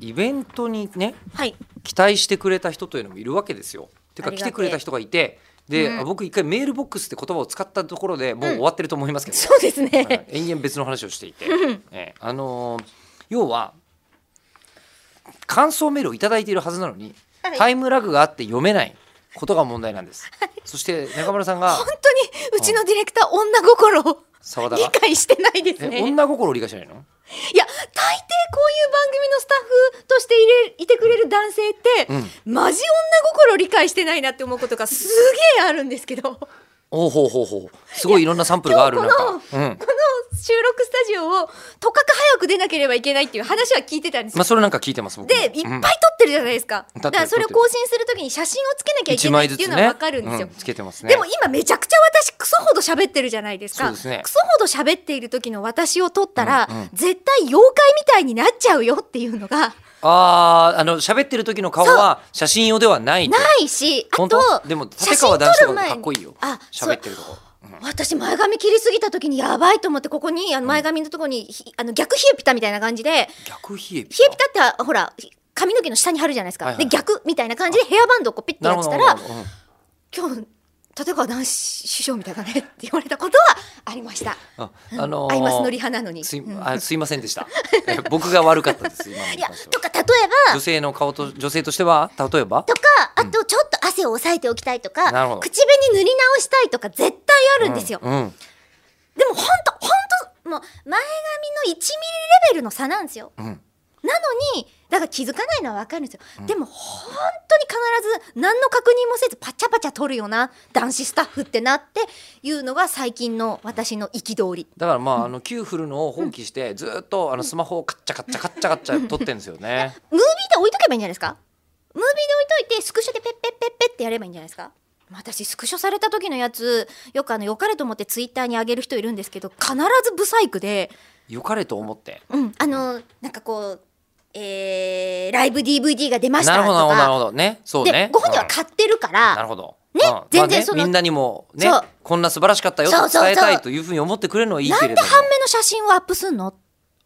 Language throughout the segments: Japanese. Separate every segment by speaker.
Speaker 1: イベントにね
Speaker 2: はい
Speaker 1: 期待してくれた人というのもいるわけですよ。ていう
Speaker 2: あ
Speaker 1: か来
Speaker 2: りがて
Speaker 1: て
Speaker 2: え
Speaker 1: くれた人がいてで、
Speaker 2: うん
Speaker 1: あ僕一回メールボックスって言葉を使ったところでもう終わってると思いますけど、
Speaker 2: そうですね、
Speaker 1: はい延々別の話をしていて、えーあのー要は感想メールを頂いただいているはずなのに、
Speaker 2: はい
Speaker 1: タイムラグがあって読めないことが問題なんです。そして中村さんが
Speaker 2: 本当にうちのディレクター女心を
Speaker 1: 澤田が
Speaker 2: 理解してないですね
Speaker 1: え女心を理解してないの
Speaker 2: いや大抵こういう番組のスタッフとしていれいてくれる男性って、マジ女心を理解してないなって思うことがすげえあるんですけど。
Speaker 1: おうほうほうほうすごいいろんなサンプルがある
Speaker 2: 今
Speaker 1: 中
Speaker 2: 日この、
Speaker 1: うん
Speaker 2: この収録スタジオをとかく早く出なければいけないっていう話は聞いてたんです
Speaker 1: まあ
Speaker 2: よ。
Speaker 1: それなんか聞いてます僕も
Speaker 2: でいっぱい
Speaker 1: うん
Speaker 2: 撮ってるじゃないですか、
Speaker 1: うん
Speaker 2: だからそれを更新するときに写真をつけなきゃいけ
Speaker 1: 一
Speaker 2: ない
Speaker 1: 枚
Speaker 2: っ
Speaker 1: ず
Speaker 2: ていう
Speaker 1: つ
Speaker 2: のは
Speaker 1: ね
Speaker 2: 分かるんですよ、
Speaker 1: うんつけてますね
Speaker 2: でも今めちゃくちゃ私クソほど喋ってるじゃないですか
Speaker 1: そうですね
Speaker 2: クソほど喋っている時の私を撮ったら、
Speaker 1: うんうん
Speaker 2: 絶対妖怪みたいになっちゃうよっていうのが
Speaker 1: あああの喋ってる時の顔は写真用ではないと
Speaker 2: ないしあ
Speaker 1: 本
Speaker 2: と
Speaker 1: 当でも
Speaker 2: 写
Speaker 1: 立川
Speaker 2: 真
Speaker 1: 談志
Speaker 2: 撮
Speaker 1: と
Speaker 2: る
Speaker 1: か
Speaker 2: 前に
Speaker 1: かっこいいよ
Speaker 2: あそう
Speaker 1: 喋ってるとこ
Speaker 2: 私前髪切りすぎた時にやばいと思ってここにあの前髪のとこに、ひあの逆冷えピタみたいな感じで
Speaker 1: 逆冷えピ
Speaker 2: 冷えピタってあほらひ髪の毛の下に貼るじゃないですか、
Speaker 1: はいはい
Speaker 2: で逆みたいな感じでヘアバンドをこうピッて
Speaker 1: な
Speaker 2: や
Speaker 1: る
Speaker 2: っ
Speaker 1: ほ
Speaker 2: て
Speaker 1: どな
Speaker 2: たら
Speaker 1: るほどうん
Speaker 2: 今日立川男子師匠みたいだねって言われたことはありました。
Speaker 1: ああのー
Speaker 2: アイマスのリハなのに。
Speaker 1: すい
Speaker 2: うん
Speaker 1: あすいませんでした え僕が悪かったです今の
Speaker 2: い
Speaker 1: に
Speaker 2: や
Speaker 1: 関して
Speaker 2: と
Speaker 1: は
Speaker 2: か例えば
Speaker 1: 女性の顔と女性としては例えば
Speaker 2: とかあとちょっと汗を抑えておきたいとか、
Speaker 1: なるほど
Speaker 2: 口紅塗り直したいとか絶対あるんですよ。
Speaker 1: うんうん
Speaker 2: でもほんとほんともう前髪の1ミリレベルの差なんですよ。
Speaker 1: うん
Speaker 2: なのにだから気づかないのは分かるんですよ、でも本当に必ず何の確認もせずパチャパチャ取るよな男子スタッフってなっていうのが最近の私の憤り
Speaker 1: だからまああのキュー振るのを放棄してずーっとあのスマホをカッチャカッチャカッチャカッチャ撮ってんですよね
Speaker 2: ムービーで置いとけばいいんじゃないですかムービーで置いといてスクショでペッペッペッペッってやればいいんじゃないですか私スクショされた時のやつよくあのよかれと思ってツイッターに上げる人いるんですけど必ずブサイクで
Speaker 1: 良かれと思って
Speaker 2: うんあのなんかこうえーライブ DVD が出ました
Speaker 1: な
Speaker 2: と
Speaker 1: る
Speaker 2: か
Speaker 1: ほどなるほどねそう
Speaker 2: で
Speaker 1: ね
Speaker 2: ご本人は
Speaker 1: うん
Speaker 2: 買ってるから、
Speaker 1: なるほど。
Speaker 2: ね
Speaker 1: まあ
Speaker 2: 全然
Speaker 1: まあね
Speaker 2: その
Speaker 1: みんなにもね
Speaker 2: そう
Speaker 1: こんな素晴らしかったよ
Speaker 2: そう
Speaker 1: と
Speaker 2: そうそ
Speaker 1: 伝
Speaker 2: う
Speaker 1: えたいというふうに思ってくれるのはいい
Speaker 2: なん
Speaker 1: けれ
Speaker 2: で
Speaker 1: ども
Speaker 2: 半目の写真をアップすんの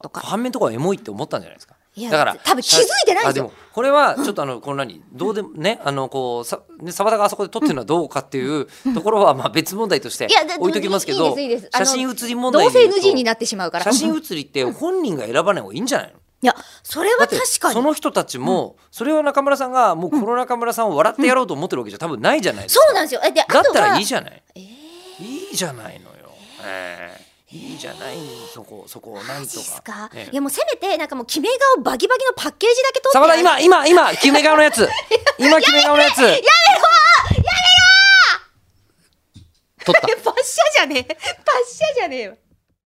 Speaker 2: とか
Speaker 1: 半面とかはエモいって思ったんじゃないですか
Speaker 2: い。や
Speaker 1: だから
Speaker 2: 多分気づいてないんですよ
Speaker 1: あもこれはちょっとあのこの何どうでもねあのこうさね澤田があそこで撮ってるのはどうかっていうところはまあ別問題として
Speaker 2: いやだ
Speaker 1: 置いときますけど
Speaker 2: いいですいいですあの
Speaker 1: 写真写り問題
Speaker 2: どうせ
Speaker 1: で言と
Speaker 2: NG になってしまうから
Speaker 1: 写真
Speaker 2: い
Speaker 1: 写りって本人が選ばない方がいいんじゃ ないの
Speaker 2: やそれ
Speaker 1: だ
Speaker 2: は
Speaker 1: って
Speaker 2: 確か
Speaker 1: そ
Speaker 2: に
Speaker 1: の人たちもそれを中村さんがもうこの中村さんを笑ってやろうと思ってるわけじゃ多分ないじゃないです
Speaker 2: そ
Speaker 1: か。
Speaker 2: うなんですよえであと
Speaker 1: だっ
Speaker 2: は
Speaker 1: たらいいじゃない。
Speaker 2: え
Speaker 1: いいじゃないのよ。ええいいじゃないそこそこな
Speaker 2: マ
Speaker 1: ん
Speaker 2: ジ
Speaker 1: と
Speaker 2: っす
Speaker 1: か
Speaker 2: か。
Speaker 1: え
Speaker 2: い
Speaker 1: え
Speaker 2: やもうせめてなんかもう決め顔バキバキのパッケージだけ撮って
Speaker 1: 澤田今今今決め顔のや つ。今決め顔のやつ。やめろやめろ。取った。
Speaker 2: えパッシャじゃねえパッシャじゃねえよ